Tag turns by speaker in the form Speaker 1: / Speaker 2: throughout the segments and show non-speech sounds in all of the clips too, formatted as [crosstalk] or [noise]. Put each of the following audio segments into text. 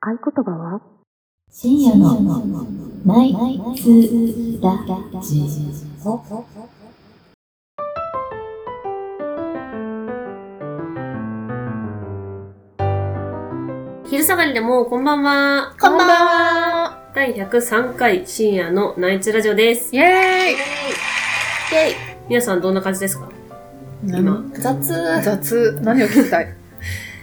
Speaker 1: 合言葉は
Speaker 2: 深夜のナイツラジオ。
Speaker 3: 昼下がりでも、こんばんは。
Speaker 4: こんばん
Speaker 3: は。第103回深夜のナイツラジオです。
Speaker 4: イェーイ
Speaker 3: 皆さんどんな感じですか
Speaker 4: 今
Speaker 2: 雑。
Speaker 4: 雑。何を聞きたい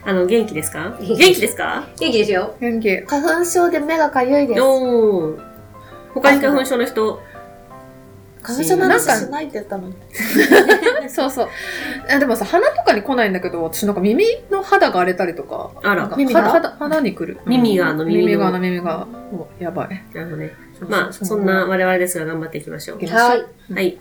Speaker 3: あの、元気ですか元気ですか
Speaker 2: 元気ですよ。
Speaker 4: 元
Speaker 3: [laughs]
Speaker 4: 気。
Speaker 5: 花粉症で目がかゆいです。
Speaker 3: おー。他に花粉症の人。
Speaker 5: 花粉症の話しないって言ったのに。
Speaker 4: そうそう。あでもさ、鼻とかに来ないんだけど、私なんか耳の肌が荒れたりとか。
Speaker 3: あ
Speaker 4: なん
Speaker 3: ら
Speaker 4: か。
Speaker 5: 耳が
Speaker 4: は肌肌に来る。
Speaker 3: 耳があの耳の
Speaker 4: 耳があの耳が。もうやばい。
Speaker 3: なるほどね。まあ、そんな我々ですが頑張っていきましょ
Speaker 4: いき
Speaker 3: う。
Speaker 4: ましょう。
Speaker 2: はい
Speaker 3: はい。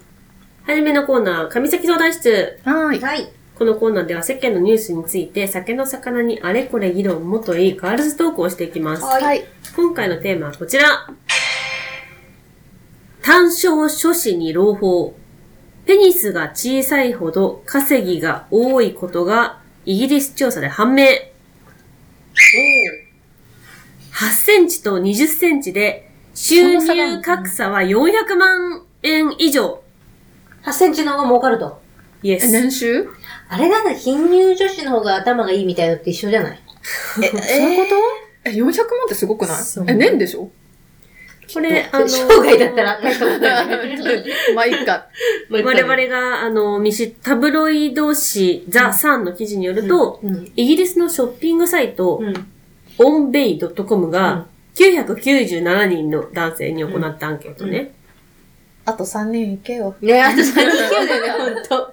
Speaker 3: はじめのコーナー、上関相談室。
Speaker 4: はい。
Speaker 2: はい。
Speaker 3: このコーナーでは世間のニュースについて酒の魚にあれこれ議論もといいガールズトークをしていきます。
Speaker 5: はい。
Speaker 3: 今回のテーマはこちら。単勝諸子に朗報。ペニスが小さいほど稼ぎが多いことがイギリス調査で判明。8センチと20センチで収入格差は400万円以上。
Speaker 2: 8センチの方が儲かると。
Speaker 3: イエ
Speaker 4: え、
Speaker 3: ス。
Speaker 4: 年収
Speaker 2: あれなんだ、貧乳女子の方が頭がいいみたいなのって一緒じゃない
Speaker 5: え、
Speaker 4: そういう
Speaker 5: え
Speaker 4: ことえ、400万ってすごくない
Speaker 3: そう
Speaker 4: え、年で
Speaker 3: [laughs]
Speaker 4: しょ
Speaker 3: これ、あの、
Speaker 2: 生涯だったらあったかもね。
Speaker 4: まあ、いっか。
Speaker 3: 我々が、あの、見し、タブロイド紙ザ・サンの記事によると、
Speaker 2: うん。
Speaker 3: イギリスのショッピングサイト、
Speaker 2: うん。
Speaker 3: オンベイドットコムが、997人の男性に行ったアンケートね。
Speaker 5: あと3人いけよ。
Speaker 2: ねあと3人9だよね、ほんと。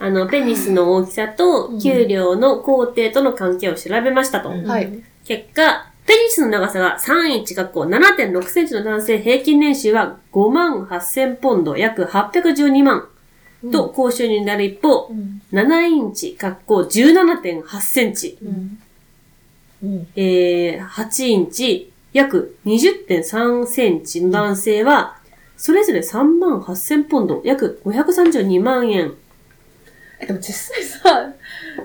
Speaker 3: あの、ペニスの大きさと、給料の工程との関係を調べましたと。
Speaker 2: うん
Speaker 4: はい。
Speaker 3: 結果、ペニスの長さが3インチかっこ7.6センチの男性平均年収は5万8000ポンド、約812万と高収入になる一方、7インチかっこ17.8センチ、えー、8インチ約20.3センチの男性は、それぞれ3万8000ポンド、約532万円。
Speaker 4: [laughs] え、でも実際さ、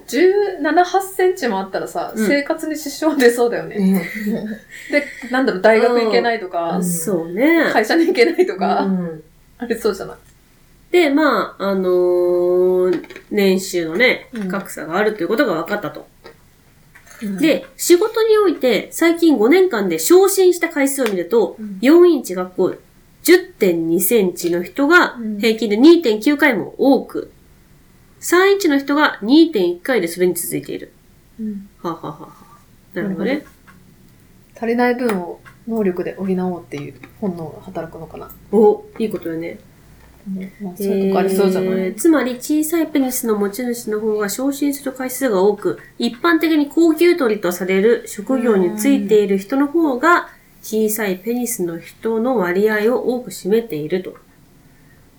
Speaker 4: 17、8センチもあったらさ、
Speaker 3: うん
Speaker 4: 生活に支障出そうだよね。で、なんだろう、大学行けないとか、
Speaker 2: うん
Speaker 3: そうね。
Speaker 4: 会社に行けないとか、
Speaker 2: うん。
Speaker 4: ありそうじゃない
Speaker 3: で、まあ、あのー年収のね
Speaker 4: うん、
Speaker 3: 格差があるということが分かったと。で、仕事において最近5年間で昇進した回数を見ると、4インチ学校10.2センチの人が平均で2.9回も多く、3インチの人が2.1回でそれに続いている。はあはあはあはあなるほどね。
Speaker 4: 足りない分を能力で補おうっていう本能が働くのかな。
Speaker 3: お、いいことよね。
Speaker 4: まあ、そういうとこありそうじゃな
Speaker 3: え
Speaker 4: い、
Speaker 3: ーつまり小さいペニスの持ち主の方が昇進する回数が多く、一般的に高級鳥とされる職業についている人の方が、小さいペニスの人の割合を多く占めていると。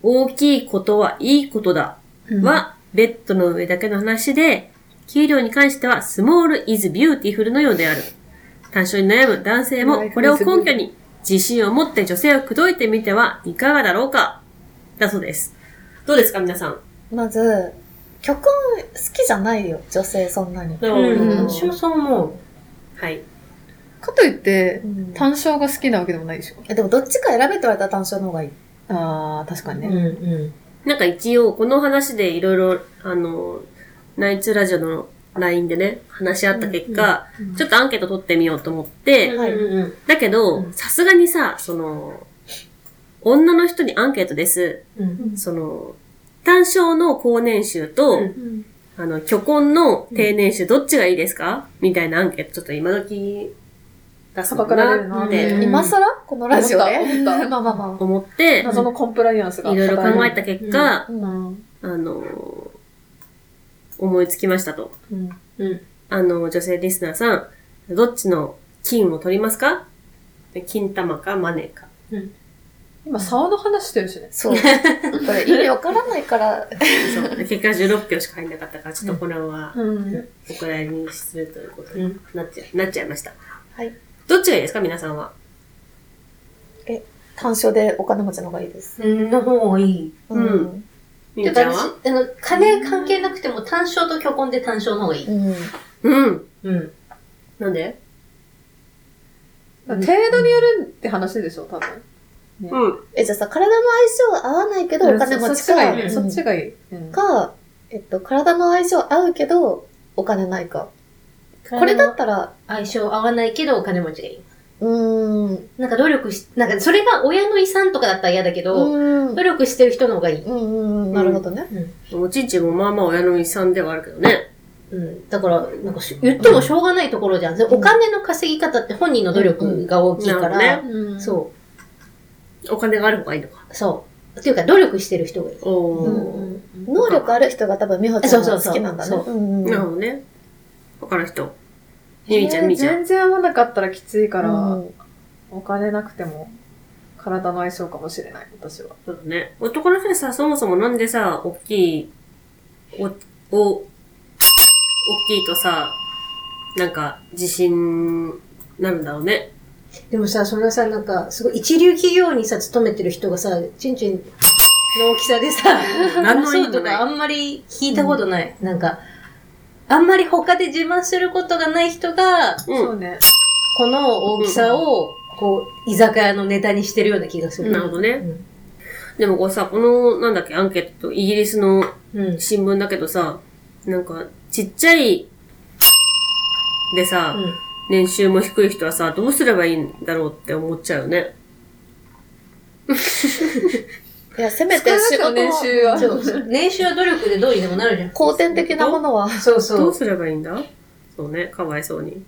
Speaker 3: 大きいことはいいことだ
Speaker 4: うん
Speaker 3: は、ベッドの上だけの話で、給料に関しては、スモールイズビューティフルのようである。単勝に悩む男性も、これを根拠に、自信を持って女性を口説いてみてはいかがだろうかだそうです。どうですか、皆さん。
Speaker 5: まず、曲好きじゃないよ、女性そんなに。
Speaker 4: うん
Speaker 2: 私もそう思
Speaker 3: はい。
Speaker 4: かといって
Speaker 5: う、ん
Speaker 4: 単勝が好きなわけでもないでしょ。
Speaker 5: えでもどっちか選べって言われたら単勝の方がいい。
Speaker 4: ああ、確かに
Speaker 2: う。
Speaker 4: ね。
Speaker 2: んう
Speaker 3: なんか一応、この話でいろいろ、あの、ナイツラジオの LINE でね、話し合った結果、ちょっとアンケート取ってみようと思って、
Speaker 2: ん。
Speaker 5: はい
Speaker 2: うんうん
Speaker 3: だけど、さすがにさ、その、女の人にアンケートです。
Speaker 2: うん。
Speaker 3: その、単勝の高年収と、
Speaker 2: う
Speaker 3: あの、虚婚の低年収どっちがいいですか、みたいなアンケート、ちょっと今時出すのかなっ
Speaker 2: うん
Speaker 3: て
Speaker 5: 今更このラジオで。
Speaker 4: 思った思った
Speaker 5: まあまあまあ。
Speaker 3: 思って、
Speaker 4: 謎のコンプライアンスが。
Speaker 3: いろいろ考えた結果、
Speaker 4: うん。
Speaker 3: あの、思いつきましたと。
Speaker 4: うん。
Speaker 2: うん。
Speaker 3: あの、女性リスナーさん、どっちの金を取りますか金玉かマネーか。
Speaker 4: 今、竿の話してるしね。
Speaker 5: そう。これ意味わからないから、
Speaker 3: そう。で結果16票しか入んなかったから、ちょっとこれは
Speaker 4: うん。
Speaker 3: お蔵入りにするということ
Speaker 2: う
Speaker 3: に
Speaker 2: ん
Speaker 3: なっちゃ,、なっちゃいました。
Speaker 5: はい。
Speaker 3: どっちがいいですか皆さんは。
Speaker 5: 単勝でお金持ちの方がいいです。
Speaker 2: うん。の方がいい。
Speaker 3: うん
Speaker 5: うん。
Speaker 3: み
Speaker 2: や
Speaker 3: ゆ
Speaker 2: っ
Speaker 3: ち
Speaker 2: ぱ
Speaker 3: ゃん
Speaker 2: 私
Speaker 3: は、
Speaker 2: あの、金関係なくても単勝と虚婚で単勝の方がいい。
Speaker 5: うん。
Speaker 3: うん。
Speaker 2: うん。
Speaker 3: なんで
Speaker 4: 程度によるって話でしょ、多分。
Speaker 3: うん。
Speaker 5: え、じゃあさ、体の相性合わないけど、お金
Speaker 4: そ
Speaker 5: 持
Speaker 4: っ
Speaker 5: ち
Speaker 4: ち
Speaker 5: か。
Speaker 4: がいいね。
Speaker 5: う
Speaker 4: そっ
Speaker 5: ん
Speaker 4: ちがいい。うん
Speaker 5: か、えっと、体の相性合うけど、お金ないか。これだったら、
Speaker 1: 相性合わないけどお金持ちがいい。
Speaker 5: うーん、う
Speaker 1: なんか努力し、なんかそれが親の遺産とかだったら嫌だけど、
Speaker 5: ーん、
Speaker 1: 努力してる人の方がいい。
Speaker 5: うん、うん、なるほどね。
Speaker 3: おちんちんもまあまあ親の遺産ではあるけどね。
Speaker 1: うん。だから、なんかし言ってもしょうがないところじゃん。それお金の稼ぎ方って本人の努力が大きいか
Speaker 3: うんうんなる
Speaker 1: ら、
Speaker 4: うん
Speaker 1: そ
Speaker 3: お金がある方がいいのか。
Speaker 1: う、そう。っていうか努力してる人がいい。
Speaker 3: お
Speaker 5: う
Speaker 3: ー。
Speaker 5: ん能力ある人が多分、美穂ちゃんが好きなんだね。
Speaker 1: そうそう
Speaker 5: うん
Speaker 3: なるほどね。他の人。ゆみちゃん、みーちゃん。
Speaker 4: 全然合わなかったらきついから、
Speaker 5: うん
Speaker 4: お金なくても体の相性かもしれない、私は。
Speaker 3: そうだね。男の人はさ、そもそもなんでさ、大きい、お、お、大きいとさ、なんか、自信、なるんだろうね。
Speaker 1: でもさ、そのさ、なんか、すごい一流企業にさ、勤めてる人がさ、ちんちんの大きさでさ、 [laughs]
Speaker 3: 何の意味
Speaker 1: そう
Speaker 3: も
Speaker 1: と
Speaker 3: ない
Speaker 1: かあんまり聞いたことない。なんか、あんまり他で自慢することがない人が、
Speaker 3: う
Speaker 4: そうね。
Speaker 1: この大きさを、こう、居酒屋のネタにしてるような気がする。
Speaker 3: ん。なるほどね。
Speaker 1: うん
Speaker 3: でもこうさ、この、なんだっけ、アンケート、イギリスの
Speaker 1: うん。
Speaker 3: 新聞だけどさ、なんか、ちっちゃい、でさ、
Speaker 1: うん
Speaker 3: 年収も低い人はさ、どうすればいいんだろうって思っちゃうよね。
Speaker 5: いや、せめて仕
Speaker 4: 少
Speaker 5: 事
Speaker 4: なくとも年収は。
Speaker 1: そうそう。練習は努力でどうにでもなるじゃん。
Speaker 5: 後天的なものは、
Speaker 1: そう
Speaker 3: ど
Speaker 1: そうう。
Speaker 3: すればいいんだそうね、かわいそうに。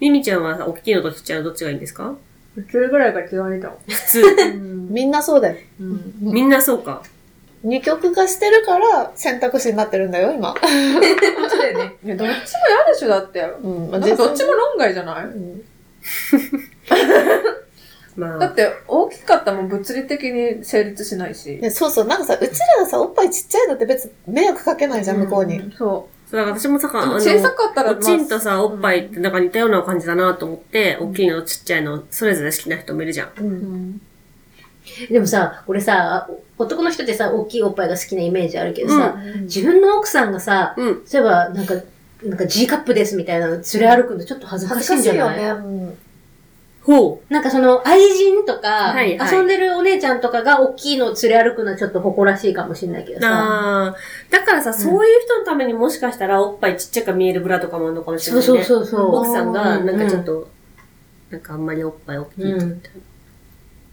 Speaker 3: ミミちゃんはさ、大きいのとちっちゃいのどっちがいいんですか
Speaker 4: 普通ぐらいが嫌いだもん。
Speaker 3: 普
Speaker 4: [laughs]
Speaker 3: 通。
Speaker 5: みんなそうだよ。
Speaker 4: うん
Speaker 3: みんなそうか。
Speaker 5: 二極化してるから選択肢になってるんだよ、今。
Speaker 1: そうだよ
Speaker 3: [laughs]
Speaker 1: ね。
Speaker 4: いやどっちも嫌でしょ、だって。
Speaker 5: うん、
Speaker 4: なんかどっちも論外じゃない
Speaker 5: うん
Speaker 3: ま
Speaker 4: だっ
Speaker 3: あ、
Speaker 4: て、大きかったもん物理的に成立しないし。
Speaker 5: ねそうそう、なんかさ、うちらがさ、おっぱいちっちゃいのって別に迷惑かけないじゃん、向こうに。
Speaker 4: そ
Speaker 3: そうだから私もさ、
Speaker 4: う。
Speaker 3: あの、
Speaker 4: 小さかったら、
Speaker 3: おちんとさ、
Speaker 4: まあ
Speaker 3: おっぱいってなんか似たような感じだなと思って、大きいの、ちっちゃいの、それぞれ好きな人もいるじゃん。
Speaker 5: う。
Speaker 4: うんん
Speaker 1: でもさ、俺さ、男の人ってさ、大きいおっぱいが好きなイメージあるけど
Speaker 3: うん
Speaker 1: さ、自分の奥さんがさ、
Speaker 3: うん。
Speaker 1: そういえば、なんか、なんか G カップですみたいなの連れ歩くのちょっと恥ずか
Speaker 5: 恥
Speaker 1: しいん
Speaker 5: ずかし
Speaker 1: じゃ
Speaker 5: いよ
Speaker 1: ない
Speaker 5: ね。うん
Speaker 3: ほ
Speaker 1: なんかその愛人とか、
Speaker 3: はいはい
Speaker 1: 遊んでるお姉ちゃんとかが大きいのを連れ歩くのはちょっと誇らしいかもしれないけど
Speaker 3: う。
Speaker 1: さ。
Speaker 3: ああ。だからさ、そういう人のためにもしかしたら、おっぱいちっちゃく見えるブラとかもあるのかもしれ
Speaker 1: そ
Speaker 3: な
Speaker 1: う
Speaker 3: いね。
Speaker 1: そうそうそう。
Speaker 3: 奥さんが、
Speaker 1: うん
Speaker 3: なんかちょっと、なんかあんまりおっぱい大きいとみたいな。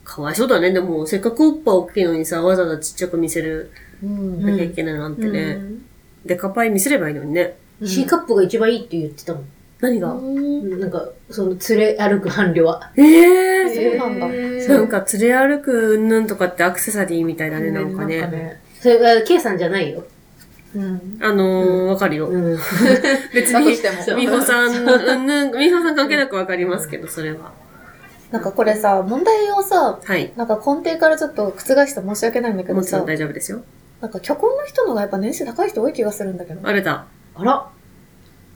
Speaker 3: かわいそうだね。でも、せっかくおっぱい大きいのにさ、わざわざちっちゃく見せる
Speaker 5: うん。
Speaker 3: なきゃいけないなんてね。
Speaker 4: うん
Speaker 3: デカパイ見せればいいのにね。
Speaker 1: C カップが一番いいって言ってたもん。
Speaker 3: 何が、
Speaker 1: うんなんか、その連れ歩く伴侶は。
Speaker 3: ええ
Speaker 5: そうなんだ
Speaker 4: へー
Speaker 3: なんか連れ歩くうんぬんとかってアクセサリーみたいだね、なんかね。
Speaker 1: それが K さんじゃないよ。
Speaker 4: うん。
Speaker 3: あのー、わ、かるよ。
Speaker 1: うん。
Speaker 3: 別
Speaker 4: だと
Speaker 3: に
Speaker 4: し、ても。
Speaker 3: 美穂さん、うんぬん、美穂さん関係なくわかりますけど、それは。
Speaker 5: なんかこれさ、問題をさ、
Speaker 3: はい。
Speaker 5: なんか根底からちょっと覆して申し訳ないんだけど
Speaker 3: もちろ
Speaker 5: さ
Speaker 3: ん、大丈夫ですよ。
Speaker 5: なんか虚婚の人の方がやっぱ年収高い人多い気がするんだけど。
Speaker 3: あれだ。
Speaker 1: あら、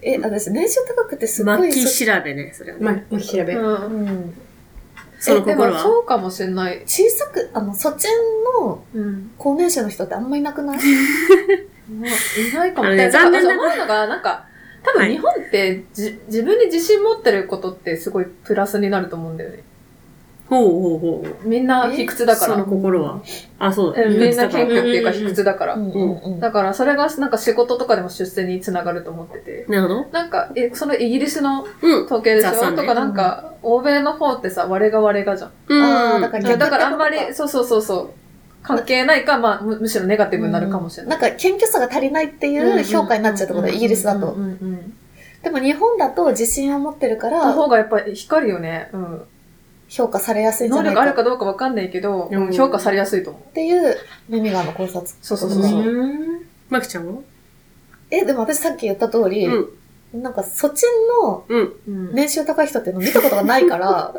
Speaker 5: え、私年収高くてすごい
Speaker 3: 巻
Speaker 5: そ。
Speaker 3: き調べね、それはね。
Speaker 1: ま、ま調べ。
Speaker 4: うん
Speaker 5: うん。
Speaker 3: その
Speaker 4: えで
Speaker 3: 心
Speaker 4: も
Speaker 3: は。
Speaker 4: そうかもしれない。
Speaker 5: 小さく、あの、そっちの
Speaker 4: うん。
Speaker 5: 高年収の人ってあんまいなくない
Speaker 4: いないかも
Speaker 3: あの
Speaker 4: ね。
Speaker 3: ね
Speaker 4: だか
Speaker 3: 残
Speaker 4: ら
Speaker 3: 念な
Speaker 4: そう思うのが、なんか、多
Speaker 3: は
Speaker 4: 分
Speaker 3: い
Speaker 4: 日本ってじ自分に自信持ってることってすごいプラスになると思うんだよね。
Speaker 3: ほうほうほうほう。
Speaker 4: みんな卑屈だか
Speaker 3: そ
Speaker 4: ら
Speaker 3: の。心は。あ、そうだ。
Speaker 4: うんみんな謙虚
Speaker 3: 謙
Speaker 4: っ
Speaker 3: 虚
Speaker 4: ていうか卑屈だか
Speaker 5: う
Speaker 4: ら。
Speaker 5: んうんうん。
Speaker 4: だからそれがなんか仕事とかでも出世につながると思ってて。
Speaker 3: なるほど。
Speaker 4: なんか、え、そのイギリスの
Speaker 3: うん。
Speaker 4: 統計でしょ
Speaker 3: 雑産ね
Speaker 4: とかなんか、欧米の方ってさ、我が我がじゃん。
Speaker 3: うん。
Speaker 5: あーだから
Speaker 4: だ
Speaker 5: 逆
Speaker 4: からあんま
Speaker 5: ってこ
Speaker 4: り、そうそうそうそう。関係ないか、まあ、むむしろネガティブになるかもしれない。
Speaker 5: なんか謙虚さが足りないっていう評価になっちゃうってことイギリスだ
Speaker 4: うん
Speaker 5: と。
Speaker 4: うんうんうん
Speaker 5: でも日本だと自信を持ってるか
Speaker 4: の
Speaker 5: ら
Speaker 4: 方がやっぱり光るよね。うん。
Speaker 5: 評価されやすいんじ
Speaker 4: 能
Speaker 5: ゃない
Speaker 4: 力があ
Speaker 5: かっ
Speaker 4: るかどうかわかんないけど、
Speaker 3: うん
Speaker 4: 評価されやすいと思う。
Speaker 5: ていうミミガーの考察。
Speaker 4: そうそうそうそう。
Speaker 1: うん。
Speaker 3: まきちゃんは
Speaker 5: え、でも私さっき言った通り、
Speaker 3: うん。
Speaker 5: なんかそっちの
Speaker 4: うん
Speaker 5: 年収高い人っていうの見たことがないから、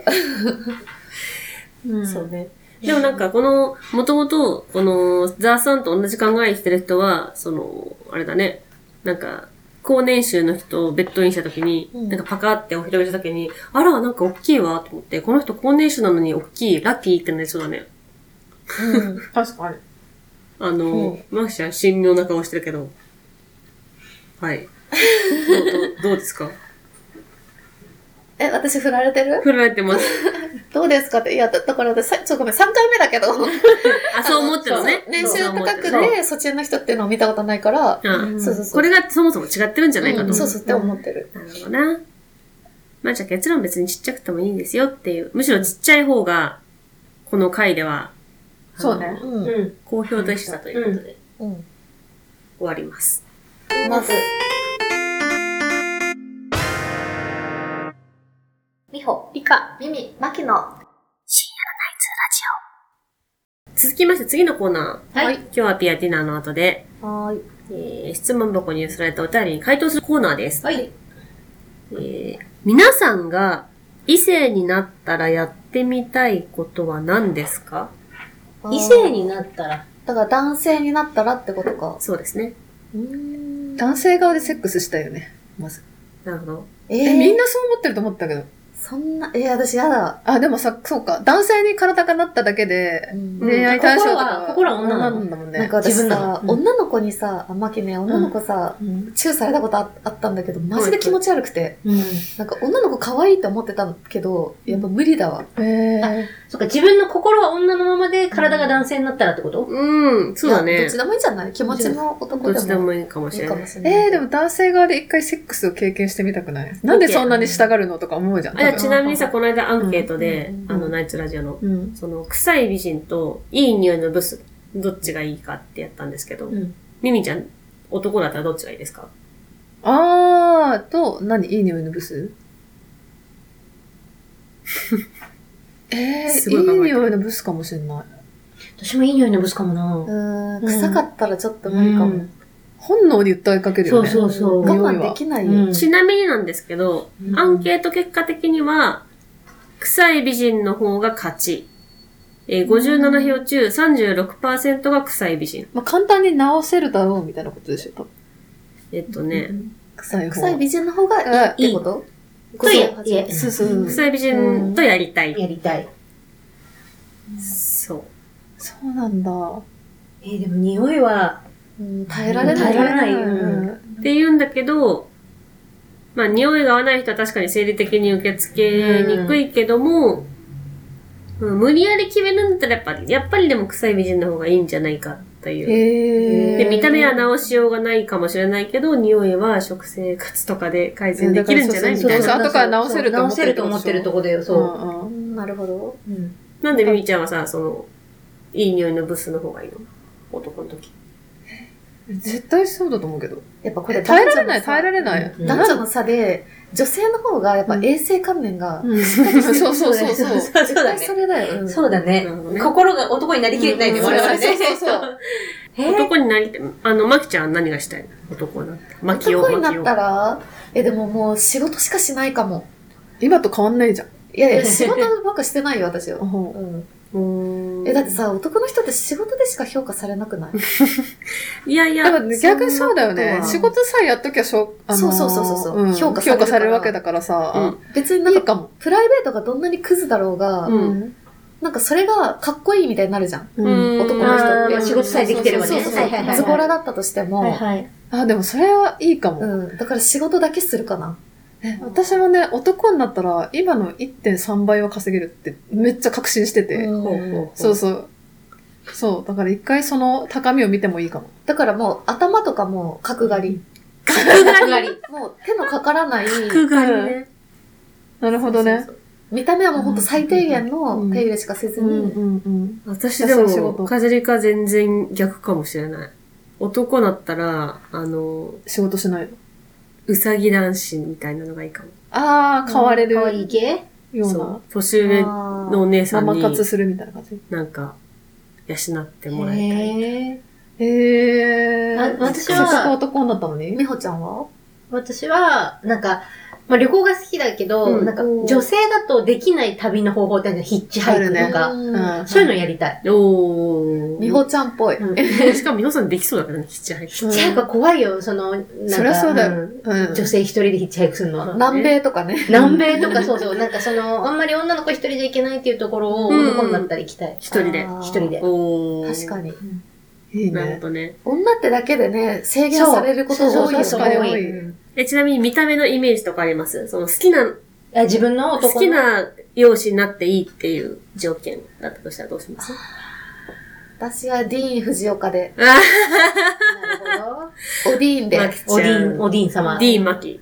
Speaker 4: うん
Speaker 5: そうね。
Speaker 3: でもなんか、この、もともと、この、ザーさんと同じ考えしてる人は、その、あれだね、なんか、高年収の人をベッドインしたときに、
Speaker 5: うん
Speaker 3: なんかパカってお披露目したときに、あら、なんか大きいわ、と思って、この人高年収なのに大きい、ラッキーってなりそうだね。
Speaker 5: うん。
Speaker 4: 確かに。
Speaker 3: あの、マキちゃん、神妙な顔してるけど。はい。どうどうどうですか
Speaker 5: え、私振られてる
Speaker 3: 振られてます。
Speaker 5: どうですかって。いや、だだから私、さちょ、ごめん、3回目だけど。
Speaker 3: あ、そう思ってるのね。
Speaker 5: 年収
Speaker 3: そう思って
Speaker 5: 高
Speaker 3: る
Speaker 5: くで、そっちの人っていうのを見たことないから、
Speaker 3: そううん
Speaker 1: ん
Speaker 5: そうそうそう。
Speaker 3: これがそもそも違ってるんじゃないか
Speaker 5: う
Speaker 3: と。
Speaker 5: んそうそうって思ってる。
Speaker 3: なるほどな。まあじゃあ結論別にちっちゃくてもいいんですよっていう。むしろちっちゃい方が、この回では、あの
Speaker 4: そうね。
Speaker 5: う。
Speaker 1: うんん。
Speaker 3: 好評でしたということで、
Speaker 5: うん。
Speaker 3: 終わります。
Speaker 5: まず、みほ、りか、みみ、まきの。
Speaker 3: 続きまして次のコーナー。
Speaker 5: はい
Speaker 3: 今日はピアティナーの後で、
Speaker 5: はーい。
Speaker 3: えー質問箱に寄せられたお便りに回答するコーナーです。
Speaker 5: はい。
Speaker 3: えー皆さんが異性になったらやってみたいことは何ですか
Speaker 1: 異性。になったら、
Speaker 5: だから男性になったらってことか。
Speaker 3: そうですね。
Speaker 4: 男性側でセックスしたいよね。まず。
Speaker 3: なるほど。
Speaker 5: え
Speaker 4: え、みん
Speaker 5: な
Speaker 4: なそう思ってると思ったけど。
Speaker 5: そんな、えー、私やだ。
Speaker 4: あ、でもさ、そうか。男性に体がなっただけで、
Speaker 5: うん
Speaker 4: 恋愛対象とか
Speaker 1: うん心は心は女なの
Speaker 4: なんだもんね。
Speaker 5: なんか私
Speaker 1: 自分な
Speaker 5: さ
Speaker 1: の、うん
Speaker 5: 女の子にさ、あまきね、女の子さ、
Speaker 4: うん
Speaker 5: チューされたことああったんだけど、マジで気持ち悪くて。
Speaker 1: うん。
Speaker 5: なんか女の子可愛いと思ってたけど、やっぱ無理だわ。
Speaker 4: えー
Speaker 1: そっか、自分の心は女のままで体が男性になったらってこと
Speaker 3: うん、そうだ
Speaker 5: いや
Speaker 3: ね
Speaker 5: どっち。でもいいんじゃない気持ちの
Speaker 3: ど
Speaker 5: 男
Speaker 3: っち
Speaker 5: で
Speaker 3: で
Speaker 5: も
Speaker 3: もいいかも
Speaker 5: い
Speaker 3: し
Speaker 5: い
Speaker 3: れ
Speaker 5: か
Speaker 3: ない
Speaker 5: も。しれない。
Speaker 4: えー、でも男性側で一回セックスを経験してみたくないなんでそんなにしたがるのとか思うじゃん。
Speaker 3: あいやちなみにさ、この間アンケート
Speaker 5: う
Speaker 3: で
Speaker 5: んうんう、ん
Speaker 3: あの、ナイツラジオの、
Speaker 4: うん。
Speaker 3: その、臭い美人と、いい匂いのブス、どっちがいいかってやったんですけど、
Speaker 1: ん。
Speaker 3: ミミちゃん、男だったらどっちがいいですか
Speaker 4: あーと、何いい匂いのブスえ
Speaker 3: す
Speaker 4: ー、
Speaker 3: ごい
Speaker 4: い
Speaker 3: 考えてる
Speaker 4: い匂いのブスかもしれない。
Speaker 1: 私もいい匂いのブスかもな。
Speaker 5: うーん、臭かったらちょっと無理かも。
Speaker 4: うん本能で訴えかける
Speaker 1: そ
Speaker 4: よ
Speaker 1: う
Speaker 4: ね。
Speaker 1: そうそう。
Speaker 5: 我
Speaker 4: ん
Speaker 5: 慢できないよ。
Speaker 1: うん
Speaker 3: ちなみになんですけど、
Speaker 1: うん
Speaker 3: アンケート結果的には、臭い美人の方が勝ち。えー57票中36%が臭い美人。
Speaker 4: まあ、簡単に直せるだろうみたいなことでしょ、多分
Speaker 3: えっとね、
Speaker 4: 臭い方
Speaker 5: 臭い美人の方がいいってこと
Speaker 1: とやいや
Speaker 5: 58
Speaker 4: そうそう。
Speaker 3: 臭い美人とやりたい。
Speaker 1: やりたい。
Speaker 3: そう。
Speaker 4: そうなんだ。
Speaker 1: えーでも匂いは、
Speaker 5: うん耐えられない。
Speaker 1: 耐えられないよ
Speaker 4: うん
Speaker 3: って言うんだけど、まあ、匂いが合わない人は確かに生理的に受け付けにくいけども、うん無理やり決めるんだったらやっぱり、やっぱりでも臭い美人の方がいいんじゃないかという。
Speaker 4: へー
Speaker 3: で、見た目は直しようがないかもしれないけど、匂いは食生活とかで改善できるんじゃない
Speaker 4: うん
Speaker 3: みた
Speaker 4: だから
Speaker 3: い
Speaker 4: そうそう
Speaker 3: な。
Speaker 4: 後から直せると
Speaker 1: 直
Speaker 4: 思って
Speaker 1: せ
Speaker 4: る
Speaker 1: る
Speaker 4: と
Speaker 1: と
Speaker 4: こ
Speaker 1: 思ってるとこだよ、
Speaker 4: う
Speaker 1: そ
Speaker 4: んうん
Speaker 5: うんなるほど。
Speaker 1: う。うん。
Speaker 3: なんでミミちゃんはさ、その、いい匂いのブスの方がいいの男の時。
Speaker 4: 絶対そうだと思うけど。
Speaker 5: やっぱこれ
Speaker 4: 耐えられない、耐えられない。
Speaker 1: うん
Speaker 5: 男女の差で、女性の方がやっぱ衛生観念が、
Speaker 4: うんそうそうそうそう。
Speaker 1: そうそうだ
Speaker 5: 絶対
Speaker 1: ね
Speaker 5: そ。れだよ。ん
Speaker 1: そうだね
Speaker 3: なるほどね。
Speaker 1: 心が男になりきれてないね、
Speaker 4: うん
Speaker 1: 我々ね。
Speaker 4: そうそうそうそう。
Speaker 1: えー
Speaker 3: 男になりたい、あの、マキちゃんは何がしたいの男になった。マキを、
Speaker 5: 男にな
Speaker 3: マキ
Speaker 5: っ
Speaker 3: を。
Speaker 5: たら、え、でももう仕事しかしないかも。
Speaker 4: 今と変わんないじゃん。
Speaker 5: いやいや、仕事ばっかしてないよ、私は。うん。
Speaker 3: うーん
Speaker 5: え、だってさ、男の人って仕事でしか評価されな
Speaker 1: [laughs]
Speaker 5: くない
Speaker 3: いやいや
Speaker 4: だから、逆にそうだよね。仕
Speaker 3: そんなこ
Speaker 4: 事さえやっときゃしょ、あのー
Speaker 5: そうそうそうそうそうん評
Speaker 4: 評
Speaker 5: 価
Speaker 4: 価
Speaker 5: されるから
Speaker 4: されるわけだからさ。
Speaker 5: 別に
Speaker 4: な
Speaker 5: なんん
Speaker 4: か
Speaker 5: か、
Speaker 4: かも。
Speaker 5: プライベートがどんなにクズだろうが、
Speaker 3: うん
Speaker 5: なんかそれがかっこいいみたいになるじゃん。
Speaker 3: とは
Speaker 4: うん
Speaker 3: うん
Speaker 5: 男の人って
Speaker 1: あー仕事さえできてればね
Speaker 5: そうそうそう
Speaker 1: はいはいはいはい
Speaker 5: ズボラだったとしても、
Speaker 1: はい。
Speaker 4: あ、でもそれはいいかも。
Speaker 5: うん。だから仕事だけするかな。
Speaker 4: ね私もね、男になったら、今の1.3倍は稼げるって、めっちゃ確信してて。
Speaker 5: うん
Speaker 3: ほうほう
Speaker 4: そうそう。そう。だから一回その高みを見てもいいかも。
Speaker 5: だからもう頭とかもう角刈り。
Speaker 1: 角刈り。
Speaker 5: もう手のかからない、
Speaker 3: 角刈りね。
Speaker 4: なるほどね。
Speaker 5: 見た目はもうほんと最低限の手入れしかせず
Speaker 4: う
Speaker 5: に、
Speaker 4: んうんうん。
Speaker 3: 私で
Speaker 4: そう仕事
Speaker 3: も、カジリカ全然逆かもしれない。男だったら、あの、
Speaker 4: 仕事しない。
Speaker 3: うさぎ男子みたいなのがいいかも。
Speaker 4: ああ、買われる
Speaker 1: 可
Speaker 4: よ
Speaker 1: 愛い系
Speaker 4: う
Speaker 3: そ
Speaker 4: な。
Speaker 3: う。年上の
Speaker 5: あー
Speaker 3: お姉さ
Speaker 4: マ
Speaker 3: ん
Speaker 4: マ
Speaker 3: に、
Speaker 4: 活するみたいな感じ。
Speaker 3: なんか、養ってもらいたい。
Speaker 1: へ
Speaker 4: へえ。
Speaker 1: あ私
Speaker 4: せ
Speaker 1: は
Speaker 4: っかく男になったのに。
Speaker 5: 美穂ちゃんは
Speaker 1: 私は、なんか、まあ、旅行が好きだけど、
Speaker 3: うん
Speaker 1: なんか、女性だとできない旅の方法ってあるじゃんヒッチハイクと
Speaker 5: ある
Speaker 1: か、
Speaker 5: ね
Speaker 4: うん
Speaker 1: そういうのやりたい。
Speaker 3: おー。
Speaker 5: 美穂ちゃんっぽい。
Speaker 1: うん
Speaker 3: しかも美穂さんできそうだからね、ヒッチハイク。
Speaker 1: ヒッチハイクは怖いよ、その、なんか、
Speaker 4: そりゃそうだよ
Speaker 1: ん
Speaker 4: うん
Speaker 1: 女性一人でヒッチハイクするのは。
Speaker 5: 南米とかね。
Speaker 1: 南米とかそうそう、なんかその、あんまり女の子一人で行けないっていうところを、
Speaker 3: うん
Speaker 1: 男になったら行きたい。
Speaker 3: 一人で
Speaker 5: あ。ー
Speaker 1: 一人で。
Speaker 3: おー。
Speaker 5: 確かに。
Speaker 4: いい
Speaker 3: なるほ
Speaker 4: ね。
Speaker 3: どね。
Speaker 5: 女ってだけでね、制限されることが多いよ
Speaker 4: そうそうそう
Speaker 5: ね
Speaker 4: 確かに多い
Speaker 1: うん
Speaker 3: え、ちなみに見た目のイメージとかありますその好きな
Speaker 1: あ自分の男の
Speaker 3: 好きな容姿になっていいっていう条件だったとしたらどうします
Speaker 5: 私はディーン・藤岡で。
Speaker 3: あ
Speaker 5: なるほど。おディーンで。
Speaker 3: マキ
Speaker 1: お
Speaker 3: ち
Speaker 1: ディ
Speaker 3: ゃ
Speaker 1: ーン、
Speaker 3: ん。
Speaker 1: おディーン様。
Speaker 3: D マキ。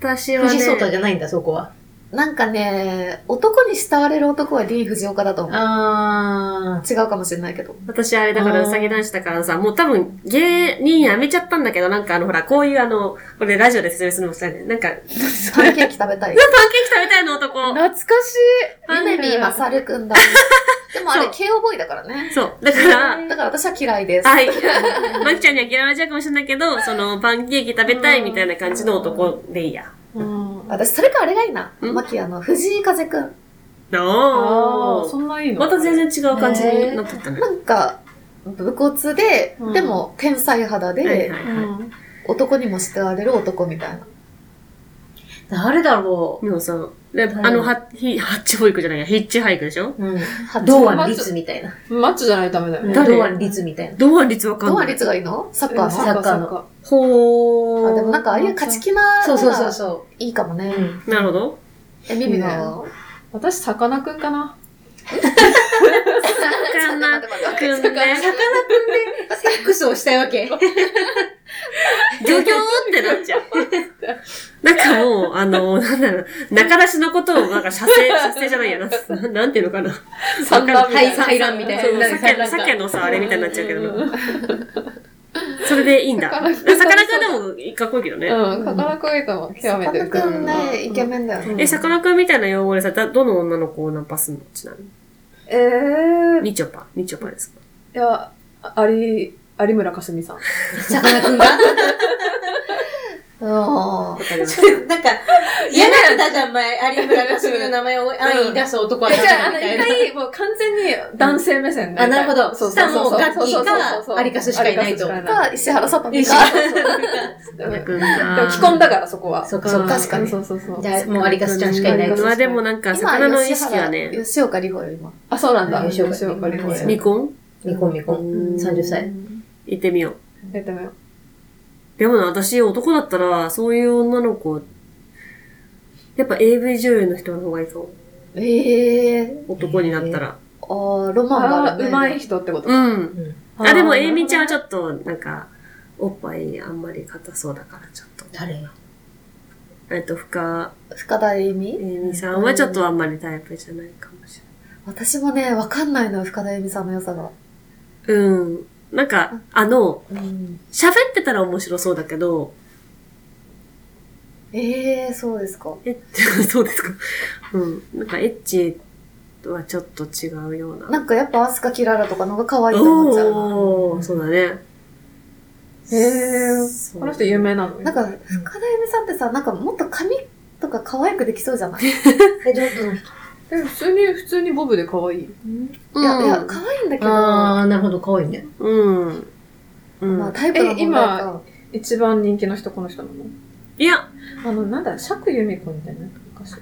Speaker 3: 私は
Speaker 1: 藤聡太じ
Speaker 3: ね、
Speaker 1: ゃないんだ、そこは。
Speaker 5: なんかね、男に慕われる男はディーン・藤岡だと思う。
Speaker 1: あ
Speaker 5: 違うかもしれないけど。
Speaker 3: 私あれだから
Speaker 1: あー
Speaker 3: うさぎ男子だからさ、もう多分芸人辞めちゃったんだけど、なんかあのほら、こういうあの、これラジオで説明するのもしたいね。なんか、パンケーキ
Speaker 5: パンケーキ食べたい。
Speaker 3: 食べたいの男。
Speaker 4: 懐かしい。
Speaker 3: パン
Speaker 5: 夢
Speaker 3: ケー
Speaker 5: 見まさるくんだ。でもあれ、
Speaker 3: そう
Speaker 5: KOV だからね。
Speaker 3: キ。そう。だから、
Speaker 5: だから私は嫌いです。
Speaker 3: はい。マキちゃんには嫌われちゃうかもしれないけど、その、パンケーキ食べたいみたいな感じの男でいいや。
Speaker 1: ー。うん。
Speaker 5: 私、それかあれがいいな。
Speaker 3: うん
Speaker 5: マキあの、藤井風くん。
Speaker 4: あ
Speaker 3: お
Speaker 4: あ、そ
Speaker 3: ー。
Speaker 4: んないいの
Speaker 3: また全然違う感じになってったね。
Speaker 5: なんか、武骨で、
Speaker 1: うん
Speaker 5: でも、天才肌
Speaker 3: はい
Speaker 5: で、
Speaker 3: はいは
Speaker 1: うん
Speaker 5: 男にも慕われる男みたいな。
Speaker 1: 誰だろ
Speaker 3: い。でもさ、であの、は、ひ、ハッチ保育じゃないや、ヒッチハイクでしょ
Speaker 1: う。うん。
Speaker 5: は
Speaker 1: 堂安律みたいな。
Speaker 4: マッチョじゃないとダメだよね。
Speaker 3: 誰
Speaker 1: 堂安律みたいな。
Speaker 3: 同案率わかん
Speaker 5: 堂
Speaker 3: な
Speaker 5: 安
Speaker 3: い。
Speaker 5: 律がいいのサッカー
Speaker 1: サ
Speaker 5: の。
Speaker 1: ッカーの
Speaker 4: の。
Speaker 3: ほ
Speaker 5: あ、
Speaker 3: ー。
Speaker 5: でもなんか、ああいう勝ち気な、
Speaker 1: そうそうそうそ
Speaker 5: いいかも
Speaker 1: う。
Speaker 5: ね
Speaker 1: う。ん。
Speaker 3: なるほど。
Speaker 5: え、ミミナよ。
Speaker 4: 私、さかなクンかな。
Speaker 5: ちょっと待って待
Speaker 3: かなく
Speaker 5: っ
Speaker 3: ん
Speaker 5: て
Speaker 3: ね
Speaker 5: 待って。
Speaker 1: セックスをしたいわ [laughs] け。
Speaker 3: ギョギョーってなっちゃう。 [laughs] なんかもう、あの、なんだろう、中出しのことを、なんか、射精、射精じゃないやな。ななんていうのかな。
Speaker 1: [laughs]
Speaker 4: 産卵みたいな
Speaker 3: わかんな
Speaker 1: 産
Speaker 3: い
Speaker 1: 卵みたいな
Speaker 3: そう
Speaker 1: なんか産卵か
Speaker 3: 鮭鮭のさ、あれみたいになっちゃうけど
Speaker 4: うんうんう
Speaker 3: な。
Speaker 4: ん
Speaker 3: それでいいんだ。
Speaker 4: さ
Speaker 3: さ
Speaker 4: か
Speaker 3: か
Speaker 4: な
Speaker 3: な
Speaker 4: ク
Speaker 3: ク
Speaker 4: ン
Speaker 3: ンでもかっこいいけどね。
Speaker 4: うん、さかなクンいいと思う。極
Speaker 5: さ
Speaker 4: め
Speaker 5: か
Speaker 4: て
Speaker 5: な
Speaker 4: 浮か
Speaker 5: ク
Speaker 4: ぶ
Speaker 5: ンね、イケメンだよね。
Speaker 3: え、さかなクンみたいな用語でさ、だどの女の子をナンパすんのちなみに。
Speaker 4: えー、い
Speaker 3: みちょぱ。みちょぱですか
Speaker 4: や、あり、有村架純さん。
Speaker 1: さかなクンが。
Speaker 5: うん。
Speaker 3: わかりました
Speaker 1: [laughs] なんか、嫌だったじゃん、前。有村架純の名前を安易に出す男はダメ
Speaker 4: じゃあ、あの、
Speaker 1: みた
Speaker 4: 一
Speaker 1: いな。
Speaker 4: 回、もう完全に男性目線で。
Speaker 1: あ、なるほど。
Speaker 4: そ
Speaker 1: そ
Speaker 4: うそう
Speaker 1: 下
Speaker 4: そう
Speaker 1: も
Speaker 4: そう。
Speaker 1: うガッキー
Speaker 4: そうそうそう
Speaker 1: か、アリカスしかいないと。
Speaker 4: アリカスしか
Speaker 5: か、石原さとみ
Speaker 1: 一
Speaker 5: か。
Speaker 1: 緒
Speaker 4: いない。うん
Speaker 3: くん
Speaker 4: でも
Speaker 3: が。
Speaker 4: 既婚だから、そこ
Speaker 1: [laughs]
Speaker 4: は。
Speaker 1: そっか
Speaker 3: そ
Speaker 1: そ
Speaker 3: っ
Speaker 1: っ
Speaker 3: か
Speaker 1: か。
Speaker 5: 確かに
Speaker 4: そうそうそう
Speaker 1: じ。ゃあ、もうアリカスちゃんしかいない
Speaker 4: アリカス
Speaker 1: と
Speaker 3: ま。あでもなんか、
Speaker 5: 今
Speaker 3: 魚の意識はね、
Speaker 5: 吉岡里帆よ、今。
Speaker 4: あ、そうなんだ。
Speaker 1: 吉岡
Speaker 4: 吉岡里
Speaker 1: 吉
Speaker 4: 帆や
Speaker 1: 岡
Speaker 3: 未婚
Speaker 1: 未婚未婚。
Speaker 3: うん
Speaker 1: 30歳。
Speaker 3: 行ってみよう。
Speaker 4: やってみよう。
Speaker 3: でもな、私男だったら、そういう女の子、やっぱ AV 女優の人の方がいいかも。
Speaker 5: ええ
Speaker 3: 男になったら。
Speaker 5: ー。ああ、ロマンがある
Speaker 4: あー、
Speaker 5: ね。
Speaker 4: うまい人ってこと
Speaker 3: う
Speaker 4: か。
Speaker 3: ん。
Speaker 1: うん
Speaker 3: あ、でも、エイミ
Speaker 4: み
Speaker 3: ちゃんはちょっと、なんか、おっぱいあんまり硬そうだから、ちょっと。
Speaker 1: 誰が
Speaker 3: えっと、深
Speaker 5: 深田恵
Speaker 3: エイ
Speaker 5: 美
Speaker 3: ミさんはちょっとあんまりタイプじゃないかもし
Speaker 5: 私もね、わかんないのよ、深田恵美さんの良さが。
Speaker 3: れない。うん。なんか、あの、
Speaker 5: うん。
Speaker 3: 喋ってたら面白そうだけど、
Speaker 5: ええー、そうですか。
Speaker 3: えっ [laughs] そうですか。うん。なんか、エッチとはちょっと違うような。
Speaker 5: なんかやっぱアスカキララとかの方が可愛いと思っちゃうな。
Speaker 3: おー、そうだね。
Speaker 4: へえ。
Speaker 3: そう
Speaker 4: この人有名なの
Speaker 5: なんか、深田恵美さんってさ、なんかもっと髪とか可愛くできそうじゃない、
Speaker 1: え、どうどう
Speaker 4: え普通に、普通にボブで可愛い。
Speaker 5: いや、いや
Speaker 3: う、ん
Speaker 5: 可愛いんだけど、
Speaker 1: あー、なるほど、可愛いね。
Speaker 3: うん。うん
Speaker 5: まあタイプの問題
Speaker 4: え
Speaker 5: か。
Speaker 4: 一番人気の人この人なの
Speaker 3: いや、
Speaker 4: あの、なんだ、釈由美子みたいな昔。違う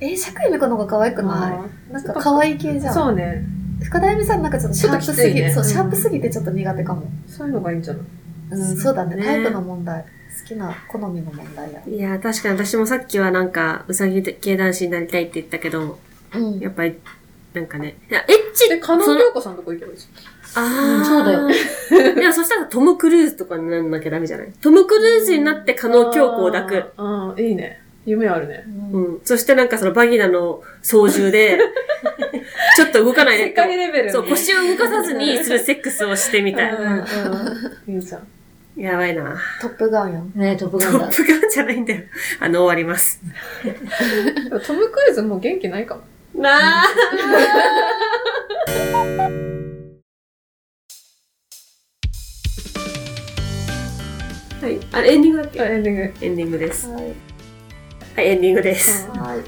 Speaker 5: えー、シャクイメコの方が可愛くな
Speaker 4: あ
Speaker 5: いなんか可愛い系じゃ
Speaker 4: ー
Speaker 5: ん。
Speaker 4: そうね。
Speaker 5: 深田恵美さんなんかちょっとシャープす
Speaker 4: ちょっと
Speaker 5: ぎ
Speaker 4: きつい
Speaker 5: て、
Speaker 4: ね
Speaker 5: そう、
Speaker 4: うん
Speaker 5: シャープすぎてちょっと苦手かも。
Speaker 4: そういうのがいいんじゃない
Speaker 5: うん、そうだね。
Speaker 3: ね
Speaker 5: タイプの問題。好きな、好みの問題や。
Speaker 3: いや、確かに私もさっきはなんか、うさぎ系男子になりたいって言ったけど、
Speaker 5: うん。
Speaker 3: やっぱり、なんかね、いや、エッチ
Speaker 4: で、加納
Speaker 3: その
Speaker 4: 涼子さんとこ行けばいいじ
Speaker 3: ああ、
Speaker 1: そうだよ
Speaker 3: よ。いや、そしたらトム・クルーズとかになんなきゃダメじゃないトム・クルーズになって
Speaker 4: ゃ
Speaker 3: 加
Speaker 4: ん。
Speaker 3: 納京子を抱く。
Speaker 4: あー。うん、いいね。夢あるね。
Speaker 5: うん
Speaker 3: うん。そしてなんかそのバギナの操縦で、 [laughs] ちょっと動かない
Speaker 4: 世界レベルね。
Speaker 3: そう、腰を動かさずにするセックスをしてみたい。
Speaker 4: うんうんいいじゃん。
Speaker 3: やばいな。
Speaker 5: トップガンやん。
Speaker 1: ね、トップ
Speaker 3: ト
Speaker 1: ガン
Speaker 3: ッ
Speaker 1: だ。
Speaker 3: プガンじゃないんだよ。あの、終わります。
Speaker 4: でもトム・クルーズもう元気ないかも。
Speaker 3: なあ。はい。あれ、エンディングだっけ
Speaker 4: あエンディング。
Speaker 3: エンディングです。
Speaker 5: はい。
Speaker 3: はい、エンディングです。
Speaker 5: はい。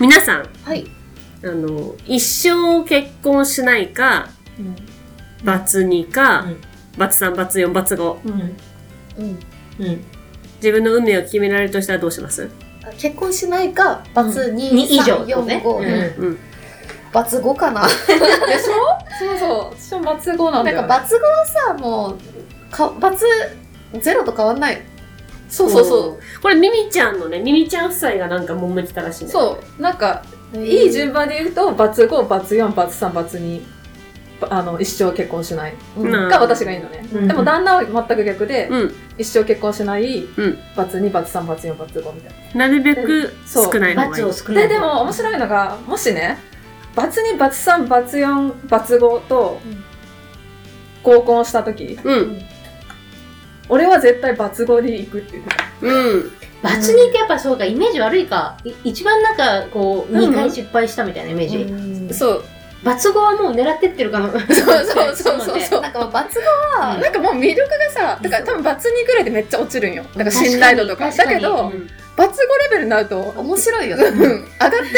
Speaker 3: 皆さん、
Speaker 5: はい。
Speaker 3: あの、一生結婚しないか、
Speaker 4: うん
Speaker 3: バツ2か、
Speaker 1: うん
Speaker 3: バツ3、バツ4、バツ5。
Speaker 1: うん。
Speaker 5: うん。
Speaker 1: うん。
Speaker 3: 自分の運命を決められるとしたらどうします
Speaker 5: あ結婚しないか、バツ
Speaker 1: 2
Speaker 5: 2、
Speaker 1: 以上
Speaker 5: 3、4、5、
Speaker 1: うん
Speaker 3: うん。
Speaker 5: バツ5かな。
Speaker 4: でしょそうそう。私もバツ5なん
Speaker 5: な
Speaker 4: だ
Speaker 5: ん
Speaker 4: よ
Speaker 5: か
Speaker 4: ね。
Speaker 5: バツ5はさ、もう、かバツ0と変わんない。
Speaker 4: そうそうそ
Speaker 3: これミミちゃんのねミミちゃん夫妻がなんか揉めてたらしいん
Speaker 4: う。
Speaker 3: だよ
Speaker 4: そう。なんか、
Speaker 5: うん
Speaker 4: いい順番で言うと、バツ5、バツ4、バツ3、バツ2。ばあの、一生結婚しない。
Speaker 5: うん
Speaker 3: な
Speaker 4: が私がいいのね。
Speaker 1: うん
Speaker 4: でも旦那は全く逆で、
Speaker 3: うん
Speaker 4: 一生結婚しない、
Speaker 3: ん
Speaker 4: バツ2、バツ3、バツ4、バツ5みたいな。
Speaker 3: なるべく
Speaker 4: そう
Speaker 3: 少ないのがい
Speaker 1: 罰
Speaker 3: い
Speaker 1: を少ない。
Speaker 4: で、で、も面白いのが、もしね、バツ2、バツ3、バツ4、バツ5と
Speaker 5: うん、
Speaker 4: 合コンした時、
Speaker 3: うん
Speaker 4: 俺は絶対バツ5に行くって言ってた。
Speaker 3: うん
Speaker 1: バツ2ってやっぱそうか、イメージ悪いか。い一番なんか、こう、
Speaker 4: うん
Speaker 1: 2回失敗したみたいなイメージ。
Speaker 4: そう。
Speaker 1: バツ5はもう狙ってってるか [laughs] も。そう
Speaker 4: そうそうそうそう
Speaker 5: なんかもう罰
Speaker 1: うん
Speaker 4: なんかもう魅力がさ、だから多分バツ2ぐらいでめっちゃ落ちるんよ。だから信頼度とか。
Speaker 1: 確
Speaker 4: だ
Speaker 1: か
Speaker 4: け
Speaker 1: に
Speaker 4: ど、
Speaker 1: うん
Speaker 4: バツ5レベルになると、
Speaker 5: が面白いよ
Speaker 4: う
Speaker 5: ね。
Speaker 4: ん上がって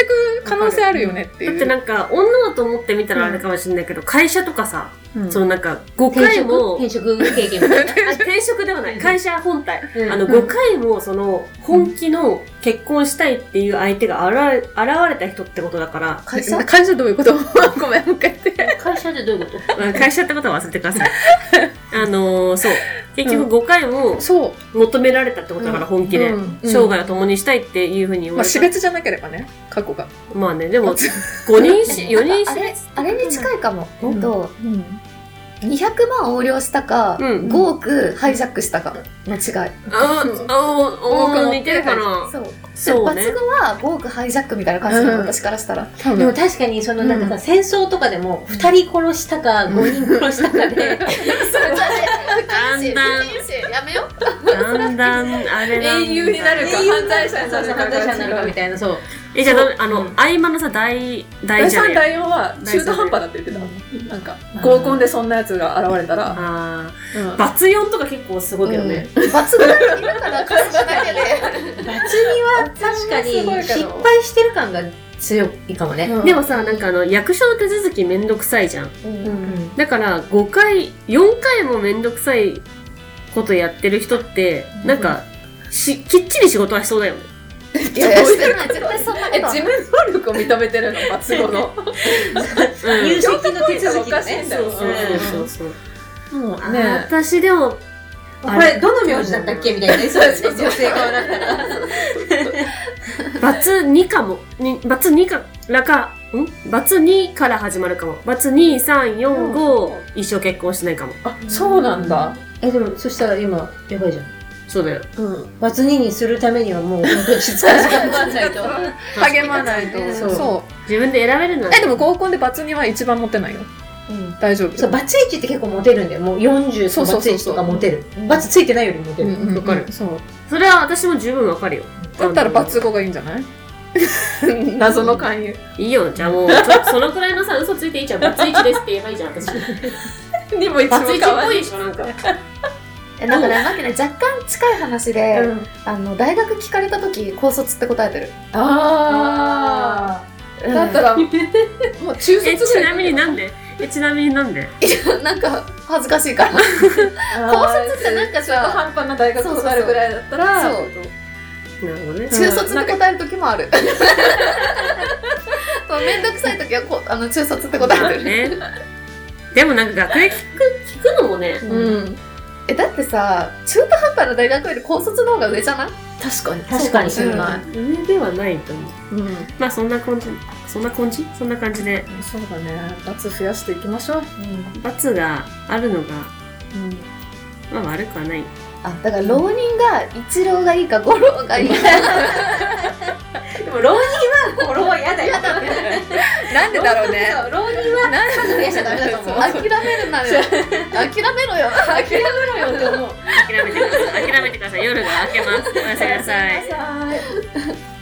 Speaker 4: く可能性あるよねっていう。
Speaker 3: だってなんか女だと思ってみたらあれかもしれないけど、会社とかさ、
Speaker 4: うん
Speaker 3: そのなんか5
Speaker 1: 転
Speaker 3: 回
Speaker 1: 職
Speaker 3: も
Speaker 1: 転職経験みたいな。
Speaker 3: あ転職ではない会社本体
Speaker 1: うん
Speaker 3: あの、5回も、その、本気の結婚したいっていう相手が現れ現れた人ってことだから、
Speaker 5: 会社
Speaker 4: 会社どういうこと [laughs] ごめん、もう一回言
Speaker 1: [laughs]
Speaker 4: って。
Speaker 1: 会社ってどういうこと
Speaker 3: まあ会社ってことは忘れてください。あのーそう。結局5回も
Speaker 4: そう。
Speaker 3: 求められたってことだから、本気で。
Speaker 4: うん
Speaker 3: 生涯を共にしたいっていうふうに言
Speaker 4: ま
Speaker 3: わ
Speaker 4: あ、
Speaker 3: れ
Speaker 4: 死
Speaker 3: た。
Speaker 4: 別じゃなければね、過去が。
Speaker 3: まあね、でも、5人し、4人
Speaker 5: あ
Speaker 3: し、
Speaker 5: れ、あれに近いかも。
Speaker 4: うん
Speaker 5: えっと、200万横領したか、
Speaker 3: うん
Speaker 5: 5億ハイジャックしたかの違い。
Speaker 3: あー、あー、おー、似てるかな。
Speaker 5: そう。
Speaker 3: そうね
Speaker 5: 罰。語は5億ハイジャックみたいな感じな
Speaker 4: う
Speaker 5: の、
Speaker 4: ん
Speaker 5: 私からしたら。
Speaker 4: 多
Speaker 1: でも
Speaker 4: 分。
Speaker 1: 確かに、その、なんかさ、
Speaker 4: うん
Speaker 1: 戦争とかでも、2人殺したか、5人殺したかで、 [laughs]
Speaker 5: それじゃあね不
Speaker 3: だんだん
Speaker 5: 不謹慎やめよう。
Speaker 3: だんだん、あれなんだ。
Speaker 4: 英雄になるか犯罪者になるか
Speaker 1: 犯罪者になるかみたいな、そう。
Speaker 3: え、じゃあ
Speaker 4: そう、
Speaker 3: あの、合間のさ、大、大
Speaker 4: 第
Speaker 3: じゃねえ
Speaker 4: 3、
Speaker 3: や
Speaker 4: 第4は中途半端だって言ってた。なんか、合コンでそんなやつが現れたら、
Speaker 3: あ
Speaker 4: うん
Speaker 3: ー、バツ4とか結構すごいけどね。
Speaker 5: うん。罰語だけいるから、感じだけで。
Speaker 1: 罰には確かに、失敗してる感が強いかもね。
Speaker 4: うん
Speaker 3: でもさ、なんかあの、役所の手続きめんどくさいじゃん。
Speaker 5: うん
Speaker 1: [laughs] うん
Speaker 3: だから、5回、4回もめんどくさいことやってる人って、なんか、し、きっちり仕事はしそうだよね。
Speaker 5: いやいや、してない。絶対そんなこと
Speaker 4: え、
Speaker 5: は
Speaker 4: 自分能力を認めてるの、罰語の。 [laughs]
Speaker 1: 入籍の手
Speaker 4: 四角
Speaker 1: 続
Speaker 4: い
Speaker 1: き
Speaker 4: じゃ
Speaker 1: が
Speaker 4: おかしい
Speaker 1: ね
Speaker 4: ん。だ
Speaker 3: そ
Speaker 4: よ
Speaker 3: うそうそうそう。
Speaker 4: もう
Speaker 3: あ
Speaker 4: ね、
Speaker 3: 私でも、
Speaker 1: これ、どの名字だったっけみたいなね。そうですね、女性側だから。
Speaker 3: バツ2かも、にバツ2からか、んバツ2から始まるかも。バツ2、3、4、5、一生結婚してないかも。
Speaker 4: あ、そうなんだ。
Speaker 1: え、でも、そしたら今、やばいじゃん。
Speaker 3: そうだよ。
Speaker 4: うん。
Speaker 1: 罰2にするためにはもう、本当にしつかしかないと。
Speaker 4: 励まないと。
Speaker 1: そう
Speaker 4: そう。
Speaker 3: 自分で選べるの
Speaker 4: え、でも合コンで罰には一番モテないよ。
Speaker 5: うん
Speaker 4: 大丈
Speaker 1: [laughs]
Speaker 4: 夫。
Speaker 1: そう、バツイチって結構モテるんだよ。もう40
Speaker 4: そう
Speaker 1: と
Speaker 4: そう
Speaker 1: バツ
Speaker 4: そう
Speaker 1: イチとかモテる
Speaker 5: うん。
Speaker 1: バツついてないよりモテ
Speaker 4: うん
Speaker 1: る。
Speaker 4: うんうん
Speaker 1: わかる。
Speaker 4: そう。
Speaker 3: それは私も十分わかるよ。
Speaker 4: だったら罰語がいいんじゃない謎の勧誘。
Speaker 3: いいよ、じゃあも [laughs] う、そそのくらいのさ、嘘ついていいじゃん。バツイチですって言えばいいじゃん、 [laughs] 私。
Speaker 4: にも一
Speaker 3: バツイチっぽい
Speaker 4: い。
Speaker 3: でしょ、なん [laughs] か。
Speaker 5: えなんかね、なんかね、若干近い話で、
Speaker 4: うん
Speaker 5: あの、大学聞かれた時、高卒って答えてる。
Speaker 4: ああ。だったら、もう中
Speaker 3: え、
Speaker 4: 卒
Speaker 3: ち
Speaker 4: ぐ
Speaker 3: なみ
Speaker 4: らい
Speaker 3: に。なんでえ、ちなみになんで
Speaker 5: なんか、恥ずかしいから。高卒ってなんか
Speaker 4: 中途
Speaker 5: さ、
Speaker 4: 半端な大学答えるぐらいだったら、
Speaker 5: そう
Speaker 3: なるほどね。
Speaker 5: 中卒って答える時もある。そうめんどくさい時はこうあの中卒って答えてる。
Speaker 3: ね。でもなんか学歴聞く、聞くのもね、
Speaker 4: うん。
Speaker 5: え、だってさ、中途半端な大学より高卒の方が上じゃない
Speaker 4: 確かに。
Speaker 1: 確かに
Speaker 5: そうかもしれない
Speaker 3: 上ではないと思う。
Speaker 4: うん。
Speaker 3: まあそんな感じ、そんな感じそんな感じで、
Speaker 4: そうだね。罰増やしていきましょう。
Speaker 3: 罰があるのが、
Speaker 4: うん。
Speaker 3: まあ悪くはない。
Speaker 5: あ、だから浪人が一浪がいいか五郎がいいか。
Speaker 1: でも、浪人は、これは嫌だよ。
Speaker 4: なんでだろうね。
Speaker 1: 浪人は、数増やしちゃダメだと思う。
Speaker 5: 諦めるなよ。諦めろよ。諦めろよって思う。
Speaker 3: 諦めてください。諦めてください。夜が明けます。おやすみなさい。
Speaker 4: さい。